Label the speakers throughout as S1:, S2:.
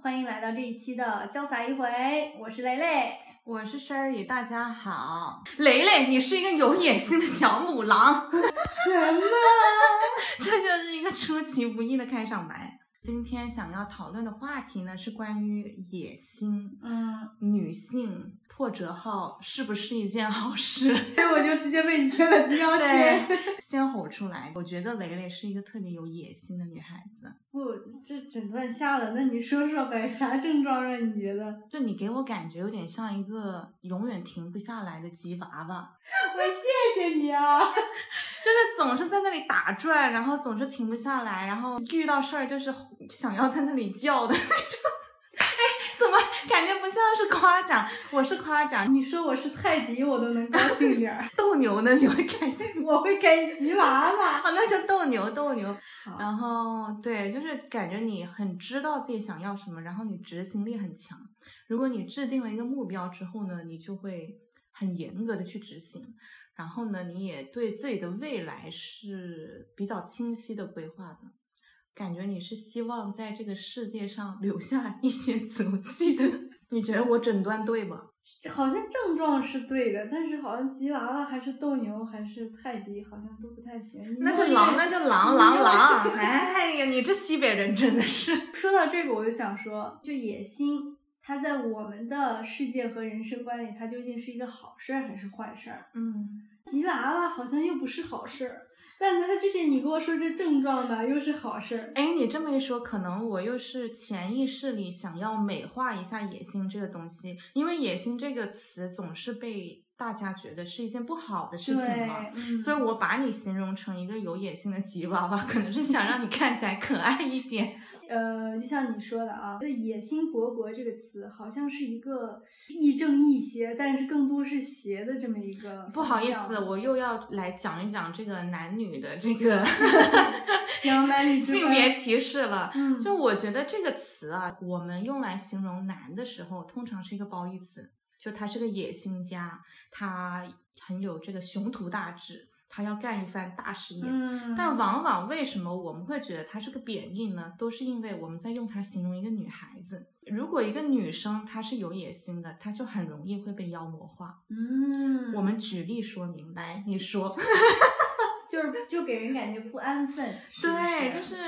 S1: 欢迎来到这一期的潇洒一回，我是蕾蕾。
S2: 我是 Sherry，大家好。蕾蕾，你是一个有野心的小母 狼，
S3: 什么？
S2: 这就是一个出其不意的开场白。今天想要讨论的话题呢，是关于野心，
S1: 嗯，
S2: 女性破折号是不是一件好事？
S3: 所以我就直接被你贴了标签。，
S2: 先吼出来。我觉得蕾蕾是一个特别有野心的女孩子，
S1: 不，这诊断下了，那你说说呗，啥症状让你觉得？
S2: 就你给我感觉有点像一个永远停不下来的吉娃娃。
S3: 我谢谢你啊！
S2: 就是总是在那里打转，然后总是停不下来，然后遇到事儿就是想要在那里叫的那种。哎，怎么感觉不像是夸奖？我是夸奖。
S1: 你说我是泰迪，我都能高兴点 儿
S2: 斗牛呢，你会开心。
S1: 我会开吉娃娃。啊
S2: 啊，那就斗牛斗牛。
S1: 好
S2: 然后对，就是感觉你很知道自己想要什么，然后你执行力很强。如果你制定了一个目标之后呢，你就会很严格的去执行。然后呢，你也对自己的未来是比较清晰的规划的。感觉你是希望在这个世界上留下一些 足迹的。你觉得我诊断对吧？
S1: 好像症状是对的，但是好像吉娃娃还是斗牛还是泰迪，好像都不太行。你
S2: 那
S1: 要
S2: 就
S1: 因
S2: 狼，
S1: 为
S2: 那就 狼，狼狼！哎呀，你这西北人真的是。
S1: 说到这个，我就想说，就野心，它在我们的世界和人生观里，它究竟是一个好事儿还是坏事儿？
S2: 嗯。
S1: 吉娃娃好像又不是好事儿，但它这些你跟我说这症状吧，又是好事儿。
S2: 哎，你这么一说，可能我又是潜意识里想要美化一下野心这个东西，因为野心这个词总是被大家觉得是一件不好的
S1: 对
S2: 事情嘛。，
S1: 嗯
S2: 所以，我把你形容成一个有野心的吉娃娃，可能是想让你看起来可爱一点。
S1: 呃，就像你说的啊，这“野心勃勃”这个词好像是一个亦正亦邪，但是更多是邪的这么一个。
S2: 不好意思，我又要来讲一讲这个男女的这个
S1: 行，男女之
S2: 性
S1: 分
S2: 别歧视了。
S1: 嗯，
S2: 就我觉得这个词啊，我们用来形容男的时候，通常是一个褒义词，就他是个野心家，他很有这个雄图大志，他要干一番大事业。
S1: 嗯，
S2: 但往往为什么我们会觉得它是个贬义呢？都是因为我们在用它形容一个女孩子。如果一个女生她是有野心的，她就很容易会被妖魔化。
S1: 嗯，
S2: 我们举例说明，来，你说，
S1: 就是就给人感觉不安分，是啊不
S2: 对，就是是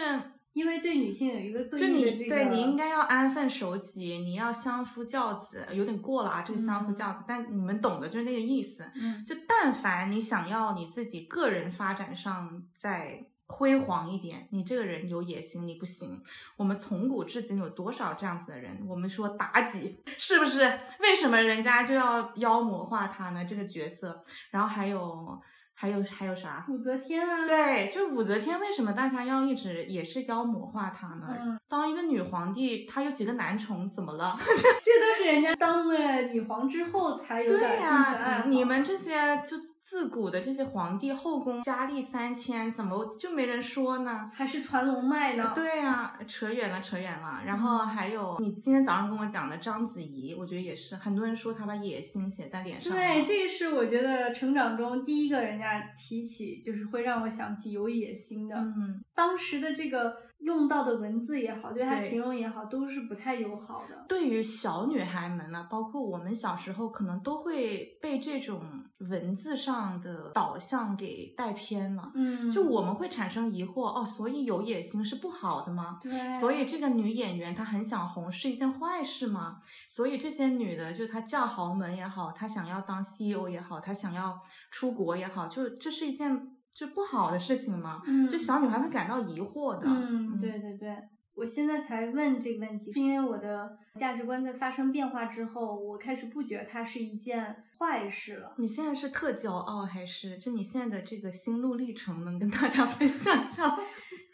S1: 因为对女性有一个对
S2: 就
S1: 应
S2: 你
S1: 的这个，
S2: 对你应该要安分守己，你要相夫教子，有点过了啊，这个相夫教子，但你们懂的，就是那个意思。
S1: 嗯
S2: 就但凡你想要你自己个人发展上再辉煌一点，你这个人有野心，你不行。我们从古至今有多少这样子的人？我们说妲己是不是？为什么人家就要妖魔化她呢？这个角色，然后还有还有还有啥？
S1: 武则天啊，
S2: 嗯对，就武则天为什么大家要一直也是妖魔化她呢？
S1: 嗯
S2: 当一个女皇帝，她有几个男宠，怎么了？
S1: 这都是人家当了女皇之后才 有点兴
S2: 对
S1: 趣哎
S2: 呀、
S1: 爱好。
S2: 你们这些就自古的这些皇帝后宫佳丽三千，怎么就没人说呢？
S1: 还是传龙脉呢？
S2: 对呀、扯远了，扯远了。
S1: 嗯
S2: 然后还有你今天早上跟我讲的章子怡，我觉得也是，很多人说她把野心写在脸上了。
S1: 对，这个是我觉得成长中第一个人家提起，就是会让我想起有野心的。
S2: 嗯，
S1: 当时的这个用到的文字也好，对他
S2: 对
S1: 形容也好，都是不太友好的。
S2: 对于小女孩们呢，包括我们小时候，可能都会被这种文字上的导向给带偏了。
S1: 嗯，
S2: 就我们会产生疑惑，哦，所以有野心是不好的吗？
S1: 对，啊
S2: 所以这个女演员她很想红是一件坏事吗？所以这些女的，就她嫁豪门也好，她想要当 CEO 也好，她想要出国也好，就这是一件就不好的事情吗？
S1: 嗯，
S2: 就小女孩会感到疑惑的。
S1: 嗯，对对对，我现在才问这个问题，是因为我的价值观在发生变化之后，我开始不觉它是一件坏事了。
S2: 你现在是特骄傲，还是就你现在的这个心路历程能跟大家分享一下吗？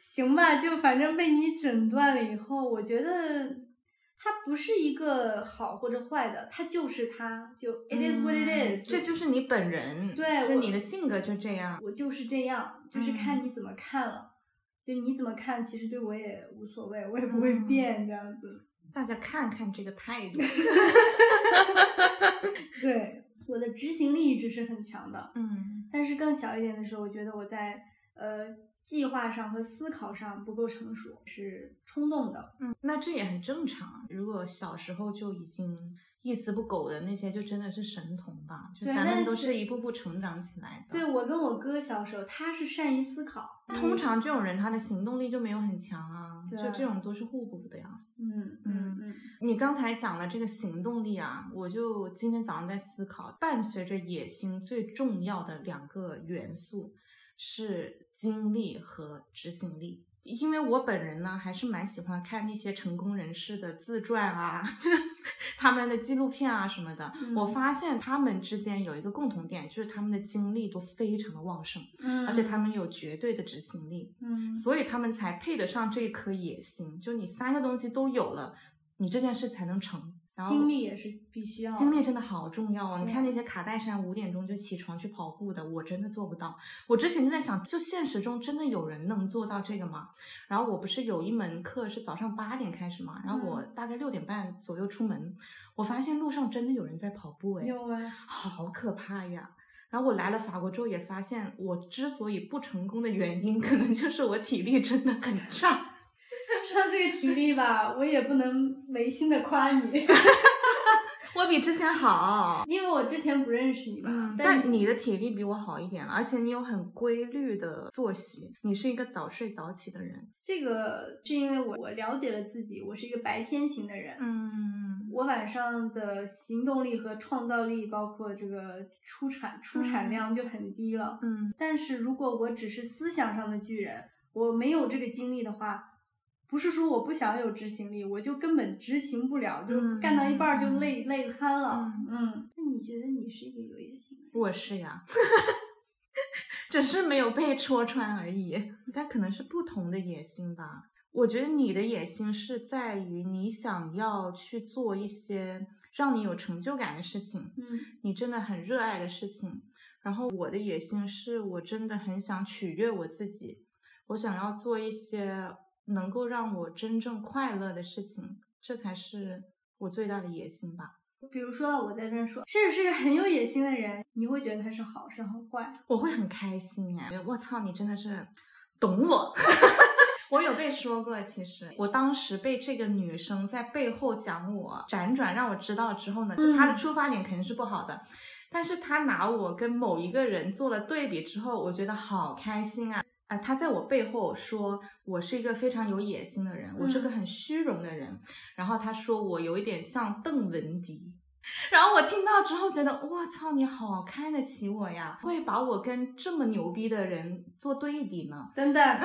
S1: 行吧，就反正被你诊断了以后，我觉得它不是一个好或者坏的，它就是它，就 it is what it
S2: 嗯
S1: is，、
S2: 这就是你本人，
S1: 对
S2: 就
S1: 我
S2: 你的性格就这样。
S1: 我就是这样，就是
S2: 嗯
S1: 看你怎么看了。就你怎么看，其实对我也无所谓，我也不会
S2: 嗯
S1: 变这样子。
S2: 大家看看这个态 度，
S1: 对，我的执行力一直是很强的。
S2: 嗯
S1: 但是更小一点的时候，我觉得我在呃计划上和思考上不够成熟，是冲动的。
S2: 嗯，那这也很正常。啊如果小时候就已经一丝不苟的那些，就真的是神童吧。就
S1: 对
S2: 咱们
S1: 但
S2: 都
S1: 是
S2: 是一步步成长起来的。
S1: 对我跟我哥小时候，他是善于思考，
S2: 通常这种人他的行动力就没有很强啊，
S1: 对
S2: 就这种都是互补的呀。
S1: 嗯
S2: 嗯
S1: 嗯嗯，
S2: 你刚才讲了这个行动力啊，我就今天早上在思考，伴随着野心最重要的两个元素是精力和执行力。因为我本人呢，还是蛮喜欢看那些成功人士的自传啊， 他们的纪录片啊什么的。
S1: 嗯
S2: 我发现他们之间有一个共同点，就是他们的精力都非常的旺盛，
S1: 嗯
S2: 而且他们有绝对的执行力。
S1: 嗯
S2: 所以他们才配得上这一颗野心。就你三个东西都有了，你这件事才能成。然后
S1: 精力也是必须要的
S2: 精力真的好重要啊！
S1: 对
S2: 你看那些卡戴珊五点钟就起床去跑步的，我真的做不到。我之前就在想，就现实中真的有人能做到这个吗？然后我不是有一门课是早上八点开始嘛，然后我
S1: 嗯
S2: 大概六点半左右出门，我发现路上真的有人在跑步，哎，
S1: 有啊，
S2: 好可怕呀！然后我来了法国之后，也发现我之所以不成功的原因，可能就是我体力真的很差。
S1: 上这个体力吧，我也不能违心的夸你，
S2: 我比之前好，
S1: 因为我之前不认识你嘛，但
S2: 嗯但你的体力比我好一点了，而且你有很规律的作息，你是一个早睡早起的人。
S1: 这个是因为我我了解了自己，我是一个白天型的人，
S2: 嗯，
S1: 我晚上的行动力和创造力，包括这个出产出产量就很低了。
S2: 嗯，
S1: 但是如果我只是思想上的巨人，我没有这个精力的话，不是说我不想有执行力，我就根本执行不了，就
S2: 嗯
S1: 干到一半儿就累、累瘫了。
S2: 嗯
S1: 嗯，那你觉得你是一个有野心的人？
S2: 我是呀， 只是没有被戳穿而已。但可能是不同的野心吧。我觉得你的野心是在于你想要去做一些让你有成就感的事情，
S1: 嗯
S2: 你真的很热爱的事情。然后我的野心是我真的很想取悦我自己，我想要做一些能够让我真正快乐的事情，这才是我最大的野心吧。
S1: 比如说我在这儿说，甚至是个很有野心的人，你会觉得他是好是好 坏？
S2: 我会很开心哎！我操，你真的是懂我。 我有被说过，其实我当时被这个女生在背后讲我辗转让我知道之后呢，就她的出发点肯定是不好的，但是她拿我跟某一个人做了对比之后，我觉得好开心啊！啊、她在我背后说我是一个非常有野心的人，我是个很虚荣的人，然后她说我有一点像邓文迪。 然后我听到之后觉得，我操，你好看得起我呀！会把我跟这么牛逼的人做对比呢？
S1: 等等，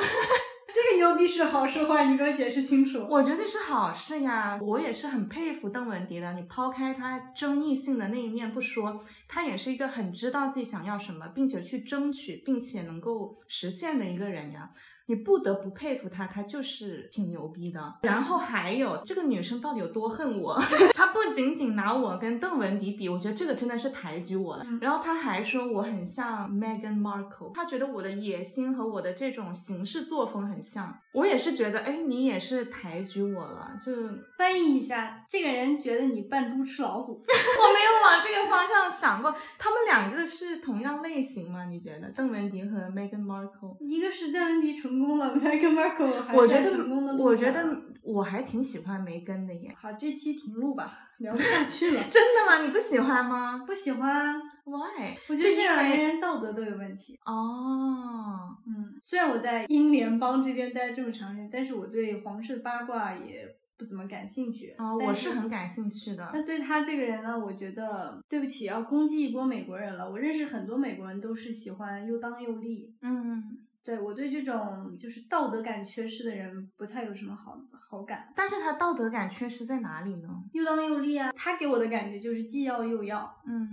S1: 这个牛逼是好是坏，你给我解释清楚。
S2: 我觉得是好事呀，我也是很佩服邓文迪的。你抛开他争议性的那一面不说，他也是一个很知道自己想要什么，并且去争取，并且能够实现的一个人呀。你不得不佩服他，他就是挺牛逼的。然后还有这个女生到底有多恨我？ 她不仅仅拿我跟邓文迪比，我觉得这个真的是抬举我了。
S1: 嗯
S2: 然后她还说我很像 Meghan Markle，她觉得我的野心和我的这种行事作风很像。我也是觉得，哎，你也是抬举我了， 就我没
S1: 翻译一下，这个人觉得你扮猪吃老虎。
S2: 有往这个方向想过。他们两个是同样类型吗？你觉得邓文迪和 Meghan Markle？
S1: 一个是邓文迪成功了，麦克马克还
S2: 我觉
S1: 在
S2: 得
S1: 成功的，路
S2: 我觉
S1: 上
S2: 得我还挺喜欢梅根的耶。。
S1: 好，这期停录吧，聊不下去了
S2: 真的吗？你不喜欢吗
S1: 不喜欢啊，
S2: ？Why？
S1: 我觉得
S2: 就
S1: 这
S2: 因
S1: 两个
S2: 为
S1: 人道德都有问题。
S2: 哦，
S1: 嗯，虽然我在英联邦这边待这么长时间，但是我对皇室八卦也不怎么感兴趣。
S2: 哦，
S1: 但
S2: 我是很感兴趣的。
S1: 那对他这个人呢，我觉得对不起，要攻击一波美国人了。我认识很多美国人都是喜欢又当又立。
S2: 嗯，
S1: 对我对这种就是道德感缺失的人不太有什么好好感。
S2: 但是他道德感缺失在哪里呢？
S1: 又当又立啊，他给我的感觉就是既要又要，
S2: 嗯，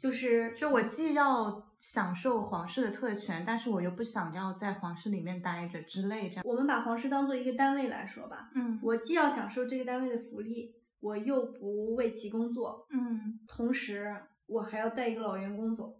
S1: 就是
S2: 就我既要享受皇室的特权，但是我又不想要在皇室里面待着之类的。
S1: 我们把皇室当做一个单位来说吧，
S2: 嗯
S1: 我既要享受这个单位的福利，我又不为其工作，
S2: 嗯，
S1: 同时我还要带一个老员工走。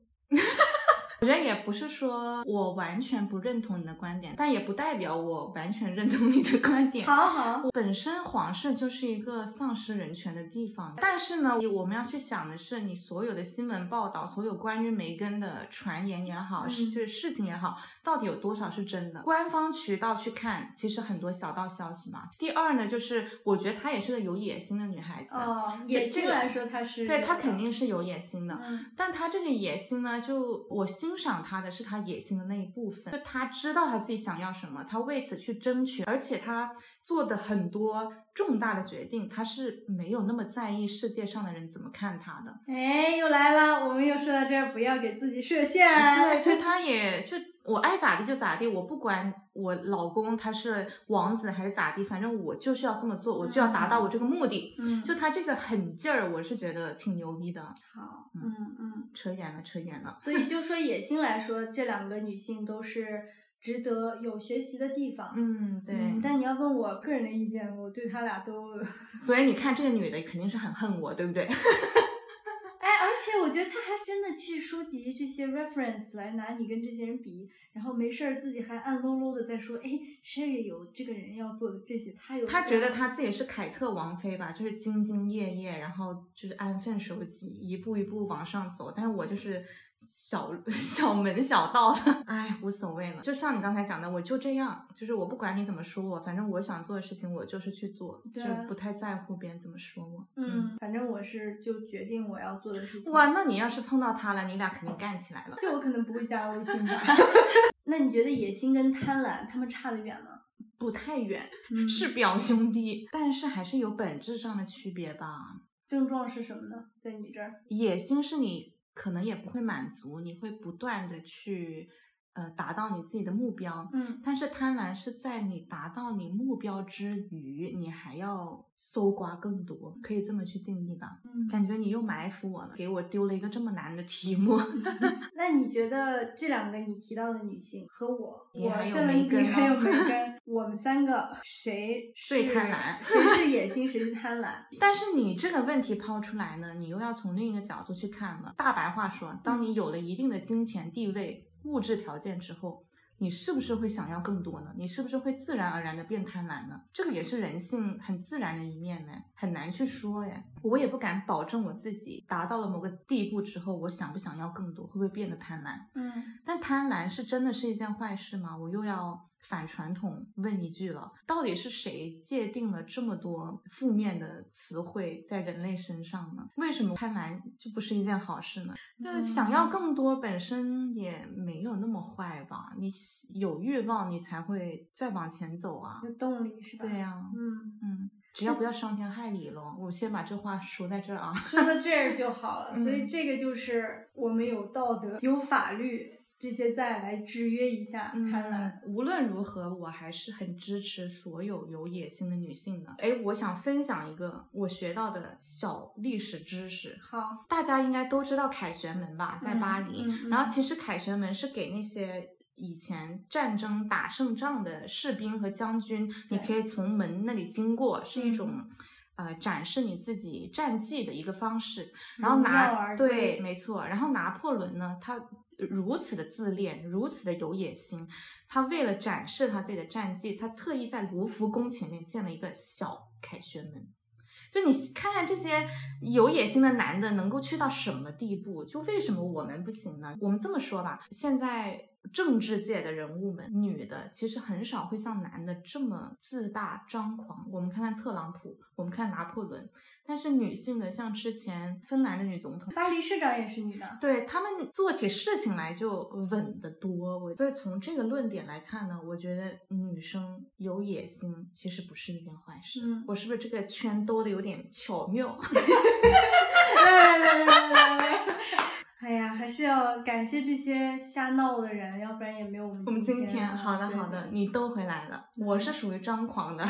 S2: 我觉得也不是说我完全不认同你的观点，但也不代表我完全认同你的观点。
S1: 好好，
S2: 我本身皇室就是一个丧失人权的地方，但是呢，我们要去想的是，你所有的新闻报道，所有关于梅根的传言也好，
S1: 嗯
S2: 是就是事情也好，到底有多少是真的？官方渠道去看，其实很多小道消息嘛。第二呢，就是我觉得她也是个有野心的女孩子，
S1: 哦，
S2: 这
S1: 野
S2: 这
S1: 心
S2: 个
S1: 来说他是
S2: 对她
S1: 有的
S2: 肯定是有野心的。
S1: 嗯
S2: 但她这个野心呢，就我欣赏她的是她野心的那一部分，就她知道她自己想要什么，她为此去争取，而且她做的很多重大的决定，她是没有那么在意世界上的人怎么看她的。
S1: 哎，又来了，我们又说到这儿，不要给自己设限。
S2: 对， 所以他也就我爱咋地就咋地，我不管我老公他是王子还是咋地，反正我就是要这么做，我就要达到我这个目的。
S1: 嗯，
S2: 就他这个狠劲儿，我是觉得挺牛逼的。
S1: 好，
S2: 嗯
S1: 嗯嗯。
S2: 扯远了，扯远了。
S1: 所以就说野心来说，这两个女性都是值得有学习的地方。
S2: 嗯，对。
S1: 嗯但你要问我个人的意见，我对她俩都，
S2: 所以你看，这个女的肯定是很恨我，对不对？
S1: 哎，而且我觉得她还真的去收集这些 reference 来拿你跟这些人比，然后没事儿自己还暗喽喽的在说，哎，谁有这个人要做的这些，她有
S2: 她
S1: 这
S2: 觉
S1: 个
S2: 得她自己是凯特王妃吧，就是兢兢业业，然后就是安分守己，一步一步往上走。但是我就是小 小门小道的，哎，无所谓了。就像你刚才讲的，我就这样，就是我不管你怎么说我，反正我想做的事情我就是去做，就
S1: 对啊
S2: 不太在乎别人怎么说我。
S1: 嗯，反正我是就决定我要做的事情。
S2: 嗯，哇，那你要是碰到她了，你俩肯定干起来了。
S1: 这我可能不会加微 信吧。那你觉得野心跟贪婪他们差得远吗？
S2: 不太远，
S1: 嗯
S2: 是表兄弟，但是还是有本质上的区别吧。
S1: 症状是什么呢？在你这儿？
S2: 野心是你可能也不会满足，你会不断的去呃达到你自己的目标。
S1: 嗯，
S2: 但是贪婪是在你达到你目标之余，你还要搜刮更多，可以这么去定义吧？
S1: 嗯
S2: 感觉你又埋伏我了，给我丢了一个这么难的题目。
S1: 那你觉得这两个你提到的女性和我，
S2: 你
S1: 我
S2: 还有
S1: 邓
S2: 梅
S1: 文迪
S2: 根
S1: 还
S2: 呢
S1: 有 梅根，我们三个谁
S2: 最
S1: 是
S2: 贪婪
S1: 谁是野心，谁是贪 婪？
S2: 但是你这个问题抛出来呢，你又要从另一个角度去看了。大白话说，当你有了一定的金钱、地位、物质条件之后，你是不是会想要更多呢？你是不是会自然而然的变贪婪呢？这个也是人性很自然的一面呢，很难去说耶。我也不敢保证我自己达到了某个地步之后，我想不想要更多，会不会变得贪婪？
S1: 嗯，
S2: 但贪婪是真的是一件坏事吗？我又要反传统问一句了，到底是谁界定了这么多负面的词汇在人类身上呢？为什么贪婪就不是一件好事呢？就是想要更多本身也没有那么坏吧，你有欲望你才会再往前走啊。
S1: 有动力是吧？
S2: 对呀、
S1: 嗯，
S2: 嗯，只要不要伤天害理咯。我先把这话说在这儿啊。
S1: 说到这儿就好 了。所以
S2: 嗯
S1: 这个就是我们有道德、有法律这些在来制约一下贪婪。
S2: 嗯。无论如何，我还是很支持所有有野心的女性的。哎，我想分享一个我学到的小历史知识。
S1: 好，
S2: 大家应该都知道凯旋门吧，在巴黎。
S1: 嗯嗯
S2: 然后其实凯旋门是给那些以前战争打胜仗的士兵和将军，你
S1: 对
S2: 可以从门那里经过，是一
S1: 嗯
S2: 种。呃，展示你自己战绩的一个方式，然
S1: 荣
S2: 后
S1: 耀
S2: 拿
S1: 而
S2: 对，
S1: 归
S2: 没错。然后拿破仑呢，他如此的自恋，如此的有野心，他为了展示他自己的战绩，他特意在卢浮宫前面建了一个小凯旋门。就你看看这些有野心的男的能够去到什么地步？就为什么我们不行呢？我们这么说吧，现在政治界的人物们，女的其实很少会像男的这么自大张狂。我们看看特朗普，我们看拿破仑，但是女性的，像之前芬兰的女总统。
S1: 巴黎市长也是女的。
S2: 对他们做起事情来就稳得多。我所以从这个论点来看呢，我觉得女生有野心其实不是一件坏事。
S1: 嗯
S2: 我是不是这个圈兜的有点巧妙？
S1: 来来来来来来来！ 哎呀，还是要感谢这些瞎闹的人，要不然也没有我们
S2: 我们今
S1: 天
S2: 天
S1: 啊。
S2: 好的
S1: 对
S2: 好的，你兜回来了。我是属于张 狂的。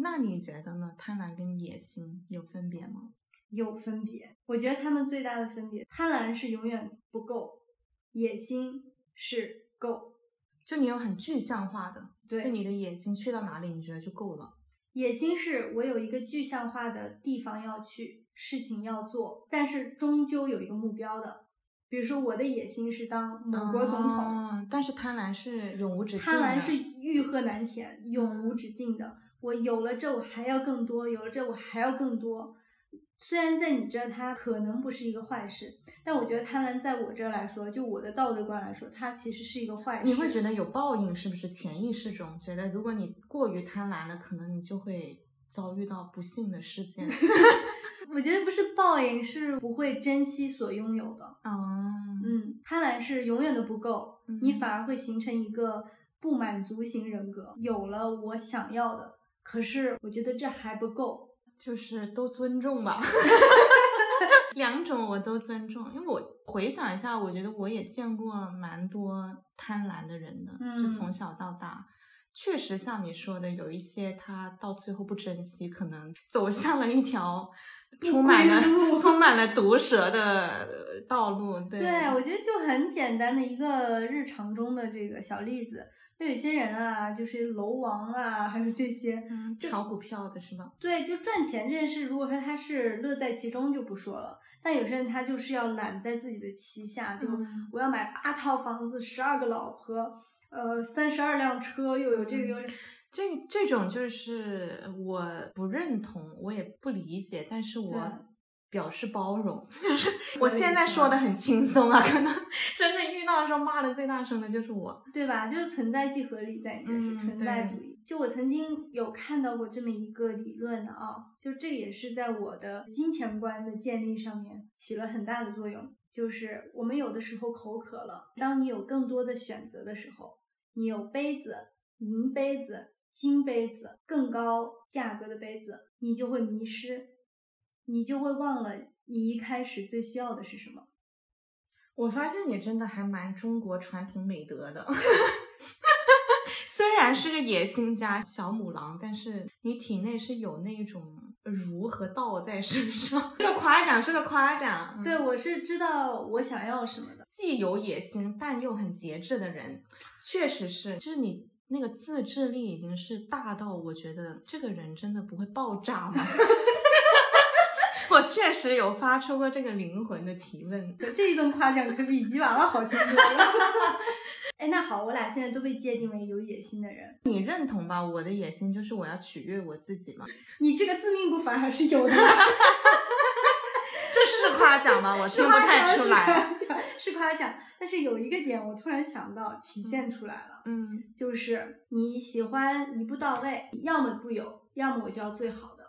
S2: 那你觉得呢？贪婪跟野心有分别吗？
S1: 有分别。我觉得他们最大的分别，贪婪是永远不够，野心是够。
S2: 就你有很具象化的，就
S1: 对，
S2: 你的野心去到哪里，你觉得就够了。
S1: 野心是我有一个具象化的地方要去，事情要做，但是终究有一个目标的。比如说，我的野心是当某国总统，
S2: 哦但是贪婪是永无止境的。
S1: 贪婪是欲壑难填，永无止境的。我有了这，我还要更多；有了这，我还要更多。虽然在你这儿它可能不是一个坏事，但我觉得贪婪在我这儿来说，就我的道德观来说，它其实是一个坏事。
S2: 你会觉得有报应，是不是？潜意识中觉得，如果你过于贪婪了，可能你就会遭遇到不幸的事件。
S1: 我觉得不是报应，是不会珍惜所拥有的。
S2: 啊，
S1: 嗯，贪婪是永远的不够，
S2: 嗯
S1: 你反而会形成一个不满足型人格。有了我想要的，可是我觉得这还不够。
S2: 嗯就是都尊重吧。两种我都尊重，因为我回想一下，我觉得我也见过蛮多贪婪的人的，
S1: 嗯
S2: 就从小到大，确实像你说的，有一些他到最后不珍惜，可能走向了一条
S3: 不
S2: 充满
S3: 归
S2: 了
S3: 路
S2: 充满了毒蛇的呃道路。对，
S1: 我觉得就很简单的一个日常中的这个小例子，就有些人啊，就是楼王啊，还有这些，
S2: 嗯炒股票的是吧？
S1: 对，就赚钱这件事，如果说他是乐在其中就不说了，但有些人他就是要揽在自己的旗下，就
S2: 嗯
S1: 我要买八套房子，十二个老婆，呃，三十二辆车，又有这个
S2: 嗯
S1: 又有
S2: 这这种就是我不认同，我也不理解，但是
S1: 对
S2: 我表示包容。
S1: 我
S2: 我
S1: 也
S2: 现在
S1: 是
S2: 说的很轻松啊，可能真的遇到的时候骂的最大声的就是我。
S1: 对吧？就是存在即合理，在你这是
S2: 嗯
S1: 存在
S2: 对
S1: 主义。就我曾经有看到过这么一个理论的啊，就这也是在我的金钱观的建立上面起了很大的作用。就是我们有的时候口渴了，当你有更多的选择的时候，你有杯子、银杯子、金杯子、更高价格的杯子，你就会迷失，你就会忘了你一开始最需要的是什么。
S2: 我发现你真的还蛮中国传统美德的， 虽然是个野心家小母狼，但是你体内是有那种儒和道在身上。 这个夸奖是个夸奖，嗯
S1: 对，我是知道我想要什么的。
S2: 既有野心但又很节制的人，确实是，就是你那个自制力已经是大到我觉得这个人真的不会爆炸吗？ 我确实有发出过这个灵魂的提问。
S1: 这一顿夸奖可比吉娃娃好听多了。 哎，那好，我俩现在都被界定为有野心的人，
S2: 你认同吧？我的野心就是我要取悦我自己嘛，
S1: 你这个自命不凡还是 有的。啊
S2: 这是夸奖吗？我听不
S1: 夸
S2: 太
S1: 奖，
S2: 出
S1: 是
S2: 来。
S1: 夸奖，是夸奖。但是有一个点，我突然想到，体现出来了，
S2: 嗯，
S1: 就是你喜欢一步到位，要么不有，要么我就要最好的。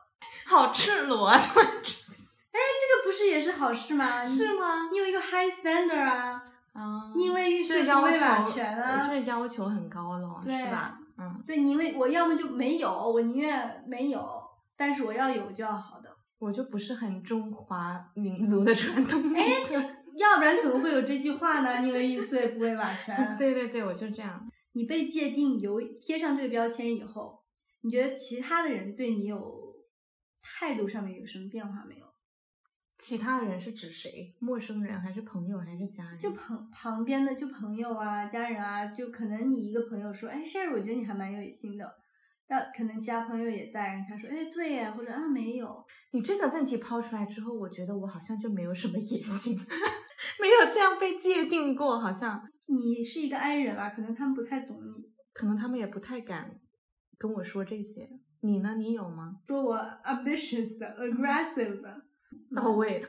S2: 好赤 裸啊，突然之
S1: 这个不是也是好事吗？
S2: 间
S1: 你
S2: 是吗？
S1: 你有一个 high standard 啊，
S2: 啊，
S1: 宁为玉
S2: 这
S1: 碎不
S2: 要
S1: 为瓦
S2: 求
S1: 全啊。
S2: 这要求很高了，
S1: 对
S2: 是吧？嗯。
S1: 对，宁为我要么就没有，我宁愿没有，但是我要有就要好的。
S2: 我就不是很中华民族的传统
S1: 哎
S2: 美德。
S1: 要不然怎么会有这句话呢？宁为玉碎，不为瓦全。 啊
S2: 对对对，我就这样。
S1: 你被界定有贴上这个标签以后，你觉得其他的人对你有态度上面有什么变化没有？
S2: 其他人是指谁？陌生人还是朋友还是家人？
S1: 就旁旁边的就朋友啊、家人啊，就可能你一个朋友说：“哎，晒儿，我觉得你还蛮有野心的。”那可能其他朋友也在，人家说：“哎，对呀，或者啊没有。
S2: 你这个问题抛出来之后，我觉得我好像就没有什么野
S1: 嗯
S2: 心， 没有这样被界定过，好像”
S1: 你是一个 I 人啊，可能他们不太懂你。
S2: 可能他们也不太敢跟我说这些。你呢？你有吗？
S1: 说我 ambitious 的、aggressive 的，嗯
S2: 到位，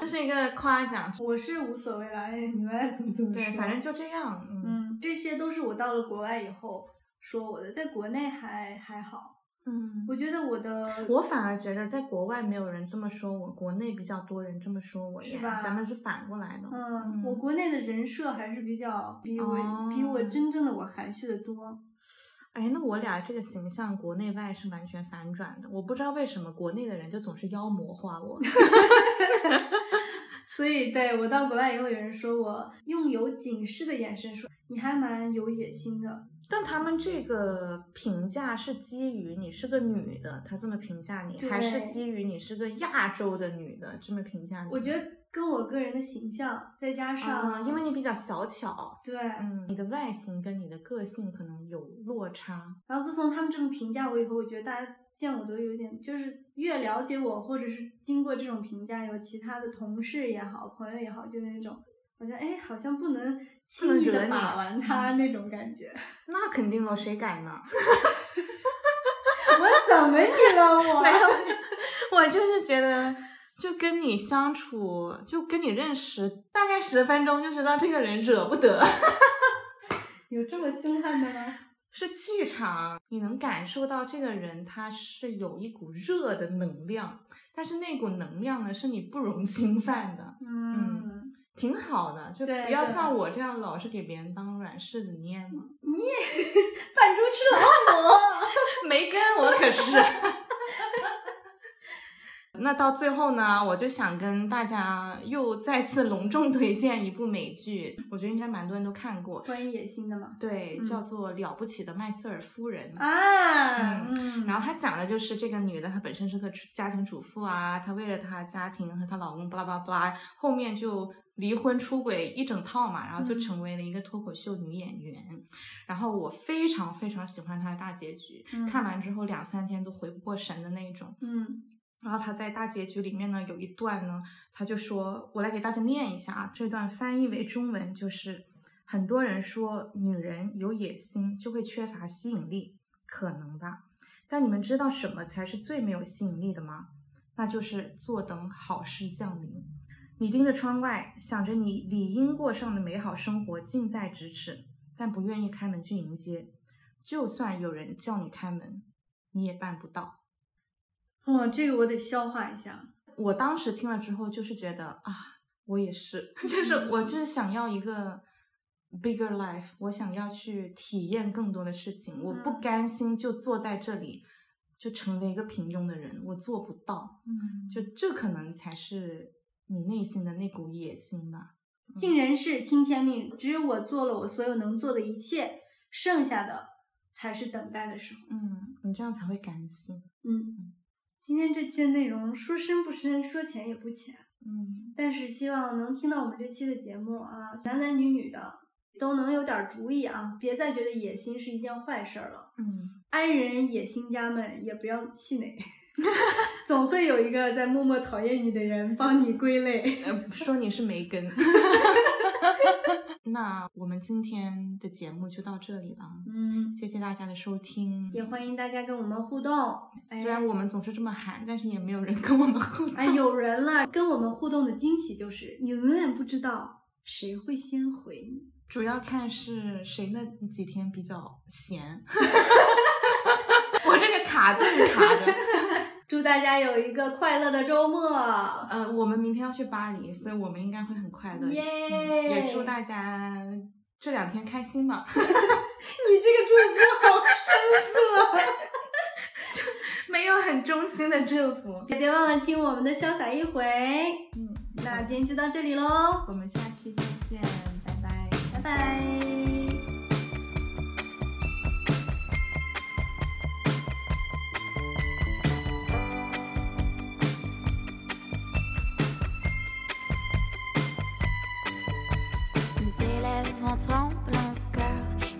S2: 这是一个夸奖。
S1: 我是无所谓了。哎，你们爱怎么怎么说？
S2: 对，反正就这样。嗯
S1: 嗯，这些都是我到了国外以后说我的，在国内还还好。
S2: 嗯
S1: 我觉得我的
S2: 我反而觉得在国外没有人这么说我，国内比较多人这么说我
S1: 是
S2: 耶
S1: 吧
S2: 咱们是反过来的。
S1: 嗯，我国内的人设还是比较比我、比我
S2: 哦
S1: 真正的我含蓄的多。
S2: 哎，那我俩这个形象国内外是完全反转的。我不知道为什么国内的人就总是妖魔化我。
S1: 所以对我到国外以后，有人说我用有警示的眼神说你还蛮有野心的。
S2: 但他们这个评价是基于你是个女的，他这么评价你，还是
S1: 对
S2: 基于你是个亚洲的女的这么评价你？
S1: 我觉得跟我个人的形象，再加
S2: 啊、
S1: 上、
S2: 因为你比较小巧，
S1: 对，
S2: 嗯，你的外形跟你的个性可能有落差。
S1: 然后自从他们这么评价我以后，我觉得大家见我都有点，就是越了解我，或者是经过这种评价，有其他的同事也好，朋友也好，就是那种好像哎，好像不能轻易
S2: 惹
S1: 的
S2: 你
S1: 把玩他那种感觉。
S2: 那肯定了，谁敢呢？
S3: 我怎么你了我？
S2: 没有，我就是觉得就跟你相处，就跟你认识大概十分钟，就知道这个人惹不得，
S1: 有这么凶悍的吗？
S2: 是气场，你能感受到这个人他是有一股热的能量，但是那股能量呢是你不容侵犯的，嗯
S1: 嗯，
S2: 挺好的，就
S1: 对
S2: 不要
S1: 对
S2: 像我这样老是给别人当软柿子捏 嘛。
S1: 扮猪吃哦老虎。
S2: 没跟我可是。那到最后呢，我就想跟大家又再次隆重推荐一部美剧，我觉得应该蛮多人都看过，
S1: 关于野心的嘛。
S2: 对，
S1: 嗯
S2: 叫做《了不起的麦瑟尔夫人》。
S1: 啊，嗯
S2: 然后她讲的就是这个女的，她本身是个主家庭主妇啊，她为了她家庭和她老公，巴拉巴拉巴拉，后面就离婚出轨一整套嘛，然后就
S1: 嗯
S2: 成为了一个脱口秀女演员。然后我非常非常喜欢她的大结局，
S1: 嗯
S2: 看完之后两三天都回不过神的那一种。
S1: 嗯
S2: 然后她在大结局里面呢，有一段呢，她就说，我来给大家念一下啊，这段翻译为中文就是：很多人说女人有野心就会缺乏吸引力，可能吧？但你们知道什么才是最没有吸引力的吗？那就是坐等好事降临。你盯着窗外，想着你理应过上的美好生活近在咫尺，但不愿意开门去迎接。就算有人叫你开门，你也办不到。
S1: 哦，这个我得消化一下。
S2: 我当时听了之后，就是觉得啊，我也是，就是我就是想要一个 bigger life，我想要去体验更多的事情，我不
S1: 嗯
S2: 甘心就坐在这里，就成为一个平庸的人，我做不到，
S1: 嗯
S2: 就这可能才是你内心的那股野心吧。
S1: 尽人事，听天命。只有我做了我所有能做的一切，剩下的才是等待的时候。
S2: 嗯，你这样才会甘心。
S1: 嗯，今天这期的内容说深不深，说浅也不浅，
S2: 嗯，
S1: 但是希望能听到我们这期的节目啊，男男女女的都能有点主意啊，别再觉得野心是一件坏事儿了。
S2: 嗯，
S1: 爱人野心家们也不要气馁， 总会有一个在默默讨厌你的人帮你归类。
S2: 呃说你是梅根。 那我们今天的节目就到这里了，
S1: 嗯，
S2: 谢谢大家的收听，
S1: 也欢迎大家跟我们互动。哎
S2: 虽然我们总是这么喊，但是也没有人 跟我们互动。
S1: 哎，有人了，跟我们互动的惊喜就是你永远不知道谁会先回你。
S2: 主要看是谁那几天比较闲。 我这个卡顿卡的。
S1: 祝大家有一个快乐的周末！
S2: 呃，我们明天要去巴黎，所以我们应该会很快乐。
S1: 耶
S2: 嗯也祝大家这两天开心吧。
S1: 你这个祝福好深涩。
S2: 没有很衷心的祝福。
S1: 也别忘了听我们的潇洒一回。
S2: 嗯，
S1: 那今天就到这里喽，
S2: 我们下期再见，拜拜。
S1: 拜拜。
S4: Des lèvres en tremblant cœur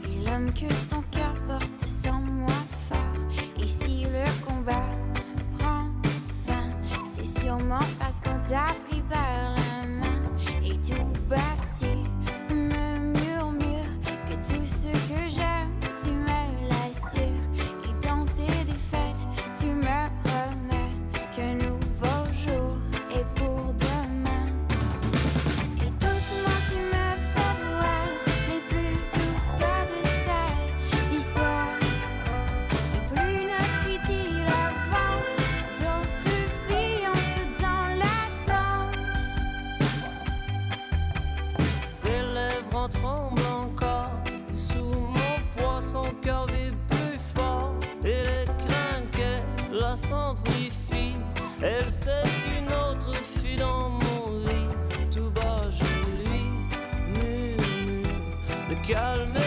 S4: Et l'homme que ton cœur porte sur moi fort Et si le combat prend fin C'est sûrement parce qu'on t'a pris par la main Et tout bâti me murmure Que tout ce que j'aime tu me l'assures Et dans tes défaites tu me promets Qu'un nouveau jour est pour demain et doucement tu me fais voir les plus douceurs de tes histoires. Et plus notre idylle avance, d'autres vies entrent dans la danse.
S5: Ses lèvres en tremblent encore. Sous mon poids, son cœur vibre plus fort. Et les craintes qu'elle la s'amplifient. Elle sait qu'une autre fut dans mon lit. Tout bas, je lui murmure de calmer